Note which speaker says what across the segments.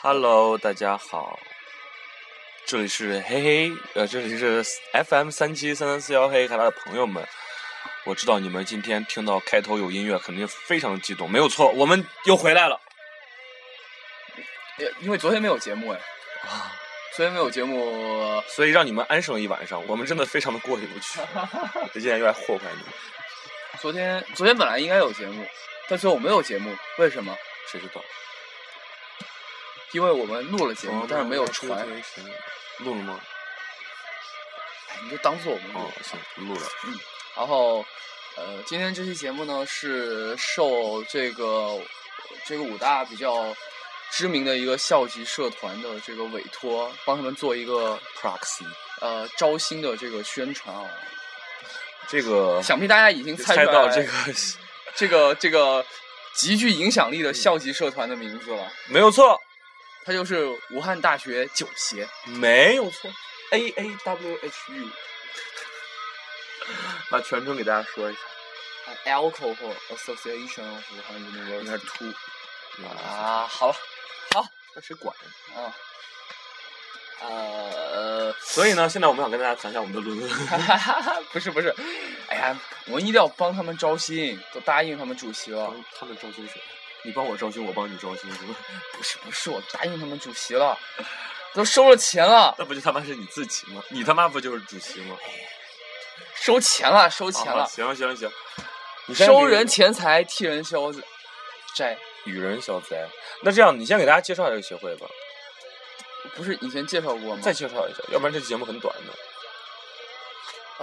Speaker 1: Hello，大家好，这里是嘿嘿，呃，这里是 FM 三七三三四幺嘿，嘿啦的朋友们，我知道你们今天听到开头有音乐，肯定非常激动，没有错，我们又回来了。
Speaker 2: 呃因为昨天没有节目哎，
Speaker 1: 啊
Speaker 2: 昨天没有节目，
Speaker 1: 所以让你们安生一晚上，我们真的非常的过意不去，这竟然又来祸害你们，
Speaker 2: 昨天昨天本来应该有节目，但最后没有节目，为什么？
Speaker 1: 谁知道？
Speaker 2: 因为我们录了节
Speaker 1: 哦
Speaker 2: 目，但是没有传。哎，
Speaker 1: 录了吗？
Speaker 2: 你就当做我们录。
Speaker 1: 哦，行，录了。
Speaker 2: 然后，呃，今天这期节目呢是受这个这个武大比较知名的一个校级社团的这个委托，帮他们做一个
Speaker 1: Proxy
Speaker 2: 呃招新的这个宣传啊。
Speaker 1: 这个
Speaker 2: 想必大家已经猜出
Speaker 1: 哦猜
Speaker 2: 来
Speaker 1: 到这个
Speaker 2: 这个这个极具影响
Speaker 1: 嗯
Speaker 2: 力的校级社团的名字了，
Speaker 1: 没有错，
Speaker 2: 它就是武汉大学九协。
Speaker 1: 没有错，A A W H U，把全称给大家说一下。
Speaker 2: Alcohol Association of Wuhan University
Speaker 1: 秃啊，
Speaker 2: 啊，好了，
Speaker 1: 那谁管？
Speaker 2: 啊， 呃，
Speaker 1: 所以呢，现在我们想跟大家谈一下我们的论文。
Speaker 2: 不是不是，哎呀，我们一定要帮他们招新，都答应他们主席了。
Speaker 1: 帮他们招新谁？你帮我招新，我帮你招新，是吧？
Speaker 2: 不是不是，我答应他们主席了，都收了钱了，
Speaker 1: 那不就他妈是你自己吗？你他妈不就是主席吗？
Speaker 2: 收钱了，收钱
Speaker 1: 啊
Speaker 2: 了，
Speaker 1: 哎行行行，你先
Speaker 2: 收
Speaker 1: 给
Speaker 2: 人钱财替人消灾。债
Speaker 1: 与人消灾。那这样，你先给大家介绍一下这个协会吧，
Speaker 2: 不是以前介绍过吗？
Speaker 1: 再介绍一下，要不然这节目很短的。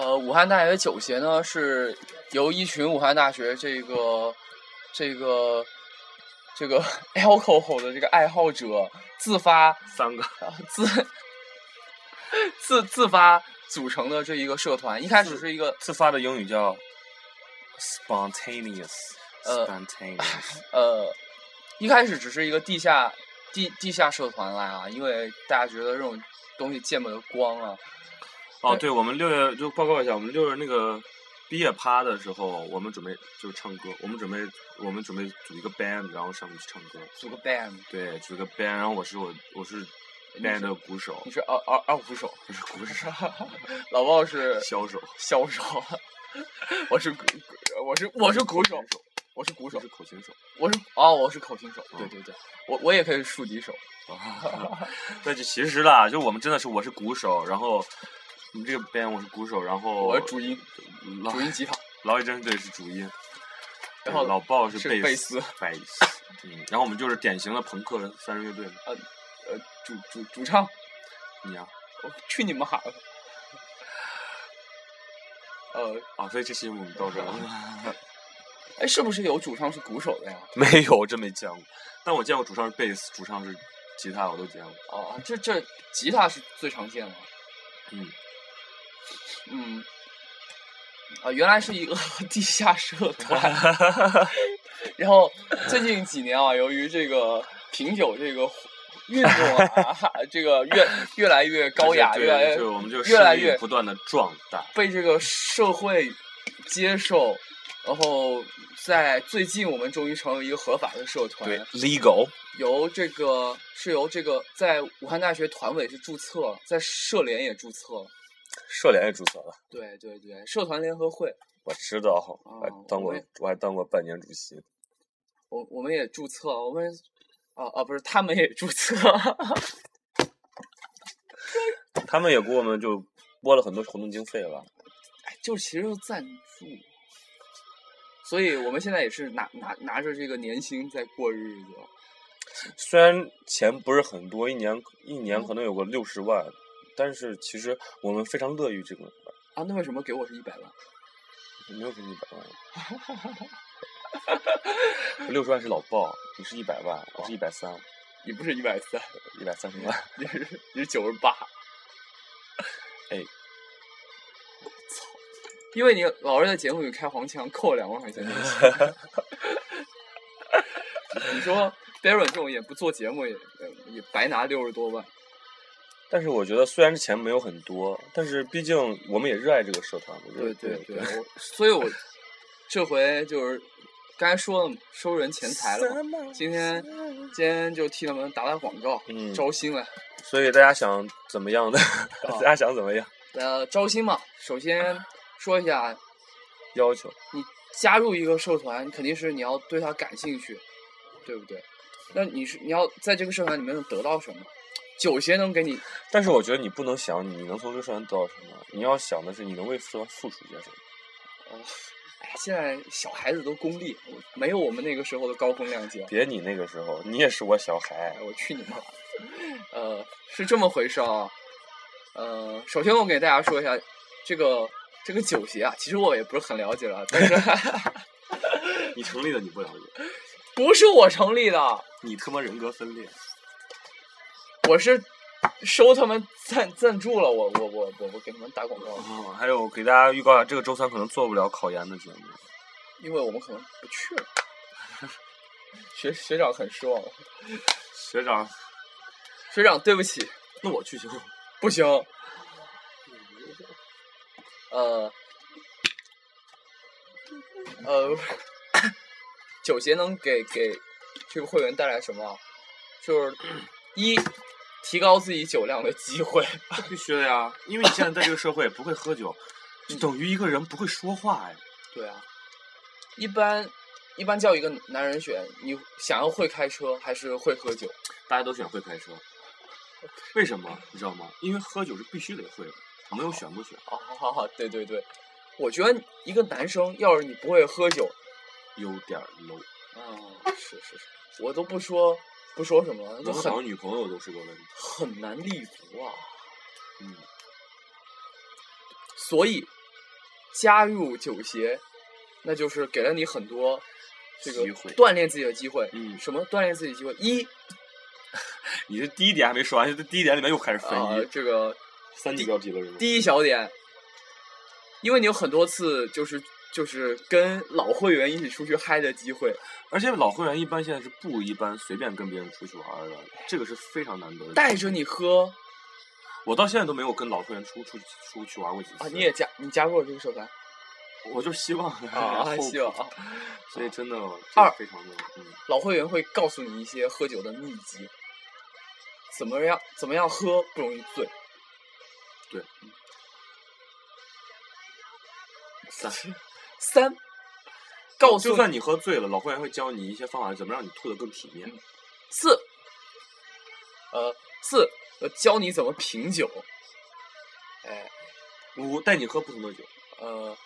Speaker 2: 呃，武汉大学九协呢，是由一群武汉大学这个这个这个 alcohol 的这个爱好者自发
Speaker 1: 三个
Speaker 2: 啊自自自发组成的这一个社团。一开始是一个
Speaker 1: 自发的英语叫 spontaneous。
Speaker 2: 呃
Speaker 1: spontaneous，
Speaker 2: 呃，一开始只是一个地下地地下社团来啊，因为大家觉得这种东西见不得光啊，
Speaker 1: 哦，对，我们六月就报告一下，我们六月那个毕业趴的时候，我们准备就是唱歌，我们准备我们准备组一个 band，然后上去唱歌。
Speaker 2: 组个 band。
Speaker 1: 对，组一个 band，然后我是我我是 band 的鼓手
Speaker 2: 你，是二二二胡手，
Speaker 1: 不是鼓 手，
Speaker 2: 老鲍是
Speaker 1: 销售，
Speaker 2: 销售，我是鼓我是我是鼓手，我是鼓
Speaker 1: 不
Speaker 2: 手
Speaker 1: 是，口琴 手。
Speaker 2: 我是哦，我是口琴手，对
Speaker 1: 嗯
Speaker 2: 对对，我我也可以是竖笛手，
Speaker 1: 那就其实啦，就我们真的是我是鼓手，然后我们这个 band 我是鼓手，然后
Speaker 2: 我是主音，
Speaker 1: 老
Speaker 2: 主音吉他，
Speaker 1: 老野真对是主音，
Speaker 2: 然后
Speaker 1: 对老鲍是
Speaker 2: 是
Speaker 1: 贝
Speaker 2: 贝
Speaker 1: 斯
Speaker 2: 斯，
Speaker 1: 贝斯，嗯，然后我们就是典型的朋克三人乐队嘛，
Speaker 2: 呃，主主主唱，
Speaker 1: 你啊，
Speaker 2: 我去你妈的！呃，
Speaker 1: 啊，所以这期我们到这了。
Speaker 2: 哎，是不是有主唱是鼓手的呀？
Speaker 1: 没有，真没见过。但我见过主唱是贝斯，主唱是吉他，我都见过。
Speaker 2: 哦，这这吉他是最常见的。
Speaker 1: 嗯
Speaker 2: 嗯，啊、原来是一个 地下社团，然后最近几年啊，由于这个品酒这个运动啊，这个越越来越高雅，
Speaker 1: 对
Speaker 2: 越来
Speaker 1: 对，
Speaker 2: 越
Speaker 1: 对我们这个
Speaker 2: 越来
Speaker 1: 势力
Speaker 2: 越
Speaker 1: 不断的壮大。
Speaker 2: 被这个社会接受，然后在最近我们终于成为一个合法的社团，
Speaker 1: 对，legal
Speaker 2: 由这个是由这个在武汉大学团委是注册了，在社联也注册了，
Speaker 1: 社联也注册了，
Speaker 2: 对对对，社团联合会，
Speaker 1: 我知道，我还
Speaker 2: 哦
Speaker 1: 当过
Speaker 2: 我也，
Speaker 1: 我还当过半年主席。
Speaker 2: 我我们也注册了，我们啊啊不是他们也注册， 哎
Speaker 1: 他们也给我们就拨了很多活动经费了。
Speaker 2: 哎就其实就是赞助。所以我们现在也是拿拿拿着这个年薪在过日子，
Speaker 1: 虽然钱不是很多，一年一年可能有个六十万，但是其实我们非常乐于这个，
Speaker 2: 啊，那为什么给我是一百万？
Speaker 1: 没有给你一百万。 六十万是老鲍，你是一百万，我是一百三，
Speaker 2: 你不是一百三，
Speaker 1: 一百三十万。
Speaker 2: 你是你是九十八。
Speaker 1: 哎，
Speaker 2: 我操！因为你老是在节目里开黄腔，扣我两万块钱就行。 你说 Darren 这种也不做节目也呃也也白拿六十多万，
Speaker 1: 但是我觉得，虽然钱没有很多，但是毕竟我们也热爱这个社团。我觉得
Speaker 2: 对对，我所以我这回就是刚才说了嘛，收人钱财了嘛，
Speaker 1: 嘛
Speaker 2: 今天今天就替他们打打广告，
Speaker 1: 嗯
Speaker 2: 招新了。
Speaker 1: 所以大家想怎么样呢？ 大家想怎么样？
Speaker 2: 呃，招新嘛，首先说一下，
Speaker 1: 要求
Speaker 2: 你加入一个社团，肯定是你要对它感兴趣，对不对？那你是你要在这个社团里面能得到什么？酒协能给你
Speaker 1: 但是我觉得你不能想你能从这个社团得到什么，你要想的是你能为社团付出些什么。
Speaker 2: 哎，现在小孩子都功利，我没有我们那个时候的高风亮节。
Speaker 1: 别你那个时候，你也是我小孩
Speaker 2: 哎，。我去你妈！呃，是这么回事啊。呃，首先我给大家说一下，这个这个酒协啊，其实我也不是很了解了，但是
Speaker 1: 你成立的你不了解，
Speaker 2: 不是我成立的，
Speaker 1: 你他妈人格分裂。
Speaker 2: 我是收他们赞赞助了，我我我我我给他们打广告，
Speaker 1: 哦，还有给大家预告一下，这个周三可能做不了考研的节目。
Speaker 2: 因为我们可能不去了。 学学长很失望，
Speaker 1: 学长，
Speaker 2: 学长对不起，
Speaker 1: 那我去行吗？
Speaker 2: 不行。呃，呃，酒协能给给这个会员带来什么啊？就是一，提高自己酒量的机会。
Speaker 1: 必须的呀，因为你现在在这个社会不会喝酒，就等于一个人不会说话哎。
Speaker 2: 对啊，一般一般叫一个男人选，你想要会开车还是会喝酒？
Speaker 1: 大家都选会开车，为什么？你知道吗？因为喝酒是必须得会的，没有选不选，
Speaker 2: 哦，好好好，对对对，我觉得一个男生要是你不会喝酒，
Speaker 1: 有点 low。
Speaker 2: 哦，是是是，我都不说不说什么了，就
Speaker 1: 能
Speaker 2: 很
Speaker 1: 找女朋友都是个问题。
Speaker 2: 很难立足啊。
Speaker 1: 嗯，
Speaker 2: 所以加入酒协，那就是给了你很多这个
Speaker 1: 机会
Speaker 2: 锻炼自己的机会。
Speaker 1: 嗯
Speaker 2: 什么锻炼自己的机会？一
Speaker 1: 你这第一点还没说完，这第一点里面又开始分
Speaker 2: 啊、
Speaker 1: 一，
Speaker 2: 这个
Speaker 1: 三级标题了是吗？
Speaker 2: 第一小点，因为你有很多次就是就是跟老会员一起出去嗨的机会，
Speaker 1: 而且老会员一般现在是不一般随便跟别人出去玩儿的，这个是非常难得的。
Speaker 2: 带着你喝
Speaker 1: 我到现在都没有跟老会员出出去出去玩过几次。
Speaker 2: 啊！你也加你加入了这个社团
Speaker 1: 我就希 望
Speaker 2: 啊，
Speaker 1: 后
Speaker 2: 希望 啊，
Speaker 1: 所以真的这
Speaker 2: 二
Speaker 1: 个非常的嗯，
Speaker 2: 老会员会告诉你一些喝酒的秘籍，怎么样怎么样喝不容易醉。嗯
Speaker 1: 三。
Speaker 2: 三，告诉
Speaker 1: 就
Speaker 2: 你
Speaker 1: 算你喝醉了，老会员会教你一些方法，怎么让你吐得更体面。
Speaker 2: 四，呃，四，呃，教你怎么品酒，哎，
Speaker 1: 我带你喝不同的酒，
Speaker 2: 呃，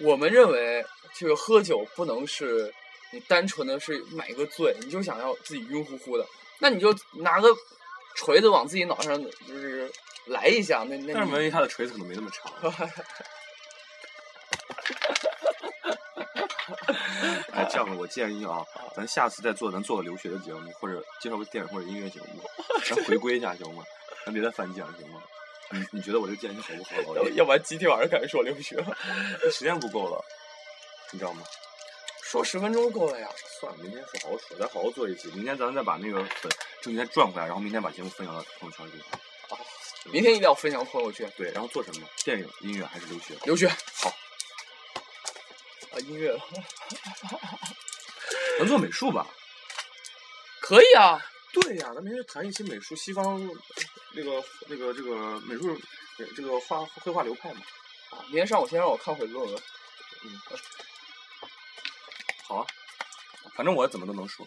Speaker 2: 我们认为这个喝酒不能是你单纯的是买个醉，你就想要自己晕乎乎的，那你就拿个锤子往自己脑上就是来一下，那那
Speaker 1: 但是
Speaker 2: 你
Speaker 1: 万一他的锤子可能没那么 长。哎，这样吧，我建议啊，咱下次再做，咱做个留学的节目，或者介绍个电影或者音乐节目，咱回归一下行吗？咱别再翻旧行吗？你你觉得我这个建议好不好，老
Speaker 2: 要
Speaker 1: 李？
Speaker 2: 要不然今天晚上赶紧说留学，
Speaker 1: 这时间不够了，你知道吗？
Speaker 2: 说十分钟够了呀。
Speaker 1: 算了，明天说好好说，咱好好做一期。明天咱再把那个本挣钱赚回来，然后明天把节目分享到朋友圈里。
Speaker 2: 明天一定要分享朋友圈，
Speaker 1: 对，然后做什么？电影、音乐还是留学？
Speaker 2: 留学
Speaker 1: 好，
Speaker 2: 啊，音乐了，
Speaker 1: 能做美术吧？
Speaker 2: 可以啊，
Speaker 1: 对呀、咱明天谈一期美术，西方那个那个这个美术呃这个画绘画流派嘛。
Speaker 2: 啊，明天上午先让我看会论文。嗯
Speaker 1: 好啊，反正我怎么都能说。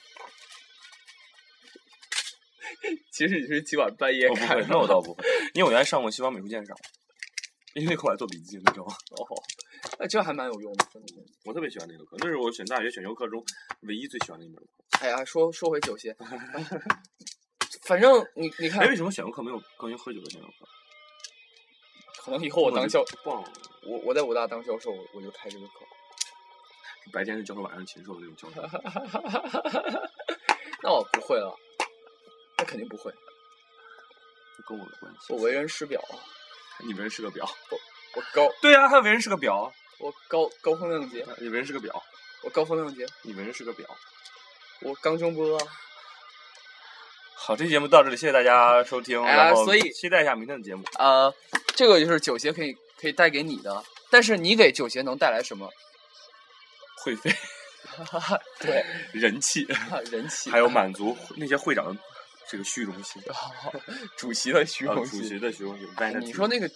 Speaker 2: 其实你是今晚半夜
Speaker 1: 哦我不
Speaker 2: 看
Speaker 1: 会
Speaker 2: 的，
Speaker 1: 那我倒不会，因为我原来上过西方美术鉴赏，因为课我还做笔记，你知道吗？
Speaker 2: 哦， 那这还蛮有用的，真的。
Speaker 1: 我特别喜欢那个课，那是我选大学选修课中唯一最喜欢的一门课。
Speaker 2: 哎呀，说说回酒席， 反正你你
Speaker 1: 哎，
Speaker 2: 看
Speaker 1: 为，什么选修课没有关于喝酒的选修课？
Speaker 2: 可能以后我当销，
Speaker 1: 忘了，
Speaker 2: 我我在武大当销售，我我就开这个课。
Speaker 1: 白天是教授，晚上是禽兽的那种教授。
Speaker 2: 那我不会了，那肯定不会，
Speaker 1: 跟我有关系。
Speaker 2: 我为人师表啊，
Speaker 1: 你为人是个表。
Speaker 2: 我高
Speaker 1: 对呀、他为人是个表。
Speaker 2: 我高高风亮节，
Speaker 1: 你为人是个表，
Speaker 2: 我高风亮节，
Speaker 1: 你为人是个表。
Speaker 2: 我刚中波啊。
Speaker 1: 好，这期节目到这里，谢谢大家收听，
Speaker 2: 哎呀
Speaker 1: 然后
Speaker 2: 所以
Speaker 1: 期待一下明天的节目。
Speaker 2: 呃，这个就是酒协可以可以带给你的，但是你给酒协能带来什么？
Speaker 1: 会飞，
Speaker 2: 对， 啊
Speaker 1: 人气，
Speaker 2: 人气，
Speaker 1: 还有满足 那些会长的这个虚荣心，
Speaker 2: 啊主席的虚
Speaker 1: 呃
Speaker 2: 荣
Speaker 1: 主
Speaker 2: 心。
Speaker 1: 席的虚荣心。
Speaker 2: 你说那个，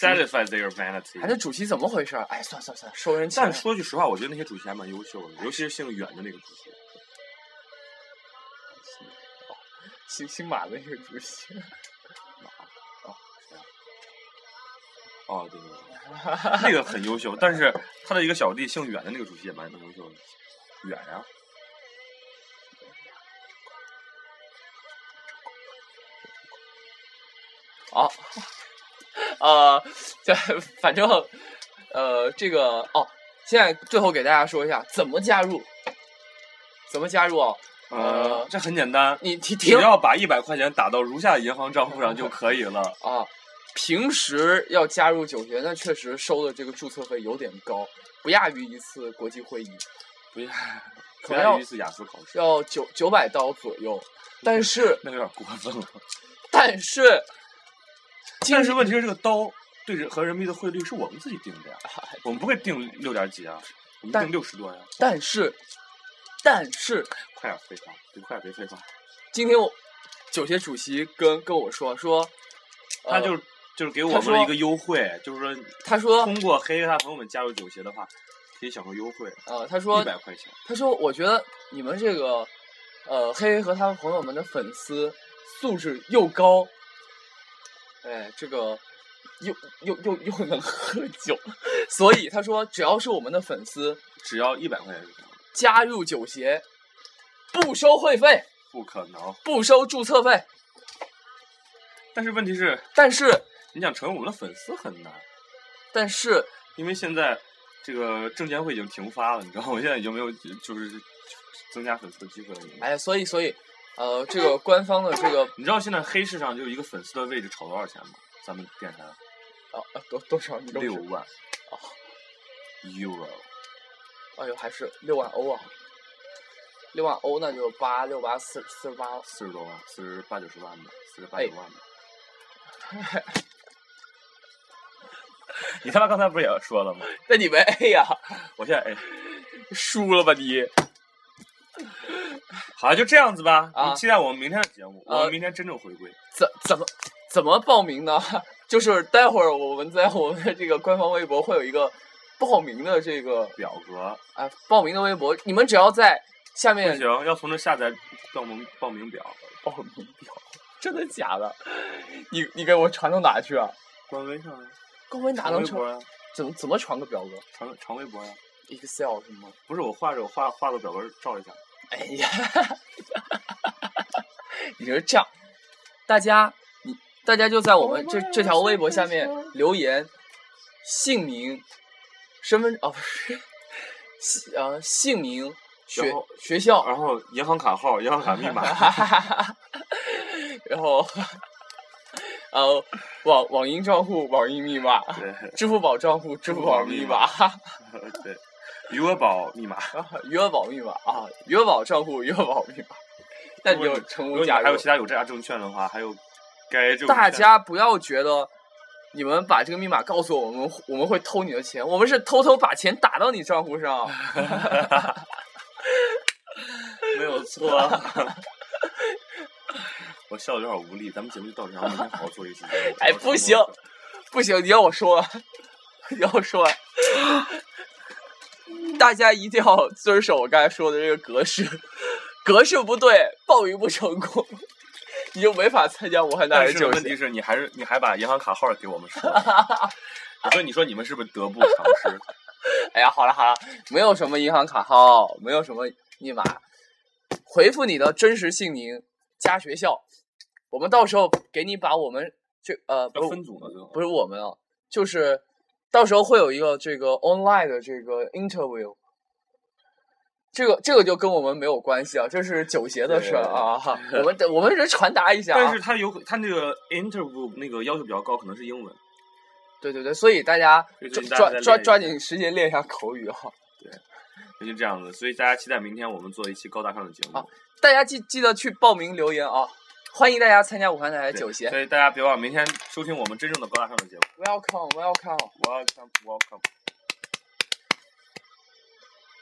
Speaker 1: satisfy their
Speaker 2: 哎，那
Speaker 1: vanity。
Speaker 2: 主席怎么回事儿？哎，算算算，收人钱
Speaker 1: 但。说句实话，我觉得那些主席还蛮优秀的，尤其是姓远的那个主席。
Speaker 2: 新新马的那个主席，
Speaker 1: 哦，对对对，那个很优秀，但是他的一个小弟姓远的那个主席也蛮蛮优秀的，远呀、
Speaker 2: 啊，呃，这反正，呃，这个哦，现在最后给大家说一下怎么加入，怎么加入啊？
Speaker 1: 呃，这很简单，
Speaker 2: 你停
Speaker 1: 只
Speaker 2: 停
Speaker 1: 要把一百块钱打到如下银行账户上就可以 了。
Speaker 2: 啊！平时要加入九学，那确实收的这个注册费有点高，不亚于一次国际会议，
Speaker 1: 不 要，
Speaker 2: 可
Speaker 1: 不
Speaker 2: 能
Speaker 1: 要
Speaker 2: 要
Speaker 1: 于一次雅思考试，
Speaker 2: 要九九百刀左右。但是
Speaker 1: 那有点过分了。
Speaker 2: 但是，
Speaker 1: 但是问题是，这个刀对人和人民币的汇率是我们自己定的呀，我们不会定六点几啊，我们
Speaker 2: 但
Speaker 1: 定六十多呀。
Speaker 2: 但是但是，
Speaker 1: 快啊点废话，你快点别废话。
Speaker 2: 今天我九学主席跟跟我说说，
Speaker 1: 他
Speaker 2: 呃
Speaker 1: 就是就是给我
Speaker 2: 他
Speaker 1: 们
Speaker 2: 说
Speaker 1: 了一个优惠，就是说
Speaker 2: 他说
Speaker 1: 通过黑他朋友们加入九协的话，可以享受优惠
Speaker 2: 呃，他说
Speaker 1: 一百块钱。
Speaker 2: 他说我觉得你们这个呃黑黑和他朋友们的粉丝素质又高，哎，这个又又又又能喝酒， 所以他说只要是我们的粉丝
Speaker 1: 只要一百块钱就行。
Speaker 2: 加入酒协，不收会费，
Speaker 1: 不可能！
Speaker 2: 不收注册费，
Speaker 1: 但是问题是，
Speaker 2: 但是
Speaker 1: 你想成为我们的粉丝很难，
Speaker 2: 但是
Speaker 1: 因为现在这个证监会已经停发了，你知道吗？我现在已经没有就是增加粉丝的机会了。
Speaker 2: 哎，所以所以呃这个官方的这个
Speaker 1: 你知道现在黑市上就一个粉丝的位置炒多少钱吗？咱们电台
Speaker 2: 啊啊多多少你都
Speaker 1: 六
Speaker 2: 是
Speaker 1: 万哦 euro，
Speaker 2: 哎呦还是六万欧啊。六万欧，那就八六八四四十八了。
Speaker 1: 四十多万，四十八九十万吧，四十八九万吧。
Speaker 2: 哎
Speaker 1: 你他妈刚才不是也说了吗？
Speaker 2: 那你们哎呀，
Speaker 1: 我现在哎，
Speaker 2: 输了吧你？
Speaker 1: 好，就这样子吧。
Speaker 2: 啊
Speaker 1: 你期待我们明天的节目，
Speaker 2: 啊
Speaker 1: 我们明天真正回归。
Speaker 2: 怎怎么怎么报名呢？ 就是待会儿我们在我们的这个官方微博会有一个报名的这个
Speaker 1: 表格
Speaker 2: 啊、报名的微博，你们只要在下
Speaker 1: 不
Speaker 2: 面
Speaker 1: 行，要从这下载报名报名表，
Speaker 2: 报名表， 真的假的？你你给我传到哪去啊？
Speaker 1: 官微上呀，
Speaker 2: 官微哪
Speaker 1: 长
Speaker 2: 能
Speaker 1: 微
Speaker 2: 传
Speaker 1: 博？呀，
Speaker 2: 怎么怎么传个表格
Speaker 1: 长长微博呀。啊
Speaker 2: ？Excel 是吗？
Speaker 1: 不是我画着，我画画个表格照一下。
Speaker 2: 哎呀，你说这样，大家你大家就在我们这这条微博下面留言姓名、身份哦不是，姓呃姓名、学
Speaker 1: 然后
Speaker 2: 学校，，
Speaker 1: 然后银行卡号、银行卡密码
Speaker 2: 然后呃网网银账户、网银密码、
Speaker 1: 对
Speaker 2: 支付宝账户、支付宝密码、
Speaker 1: 对，余额宝密码。
Speaker 2: 余额宝密码啊，余额宝账户、余额宝密码，那你
Speaker 1: 如
Speaker 2: 就
Speaker 1: 果
Speaker 2: 成
Speaker 1: 如
Speaker 2: 功
Speaker 1: 果你
Speaker 2: 加
Speaker 1: 还
Speaker 2: 入
Speaker 1: 有。其他有这家证券的话，还有该证券
Speaker 2: 大家不要觉得你们把这个密码告诉我们，我们会偷你的钱，我们是偷偷把钱打到你账户 上。
Speaker 1: 没有错。啊 我笑的有点无力，咱们节目就到这样，我们明天好好做一期节目。
Speaker 2: 哎，不行，不行，你要我说 完，你要我说完。大家一定要遵守我刚才说的这个格式，格式不对，报名不成功， 你就没法参加武汉大
Speaker 1: 但
Speaker 2: 学
Speaker 1: 是
Speaker 2: 酒
Speaker 1: 问
Speaker 2: 席。
Speaker 1: 题是你还是你还把银行卡号给我们说了， 我说你说你们是不是得不偿失？
Speaker 2: 哎呀，好了好了，没有什么银行卡号，没有什么密码，回复你的真实姓名加学校，我们到时候给你把我们这呃不
Speaker 1: 要
Speaker 2: 是
Speaker 1: 分组呢，最后
Speaker 2: 不是我们啊，就是到时候会有一个这个 online 的这个 interview。这个这个就跟我们没有关系啊，这是九协的事儿啊。哈 我们我们只是传达一下啊。
Speaker 1: 但是他有他那个 interview 那个要求比较高，可能是英文。
Speaker 2: 对对对，所以大家
Speaker 1: 对
Speaker 2: 抓
Speaker 1: 对大家再练
Speaker 2: 抓抓
Speaker 1: 一
Speaker 2: 抓
Speaker 1: 下
Speaker 2: 紧时间练一下口语啊哈、
Speaker 1: 那就这样子，所以大家期待明天我们做一期高大上的节目。
Speaker 2: 啊大家记记得去报名留言啊！欢迎大家参加武汉大学
Speaker 1: 对
Speaker 2: 酒协
Speaker 1: 所以大家别忘了明天收听我们真正的高大上的节目。
Speaker 2: ，Welcome Welcome。
Speaker 1: Welcome, welcome.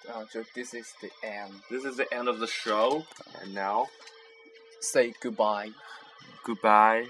Speaker 2: 然后啊就 This is the end,
Speaker 1: This is the end of the show, and now
Speaker 2: say goodbye.
Speaker 1: goodbye.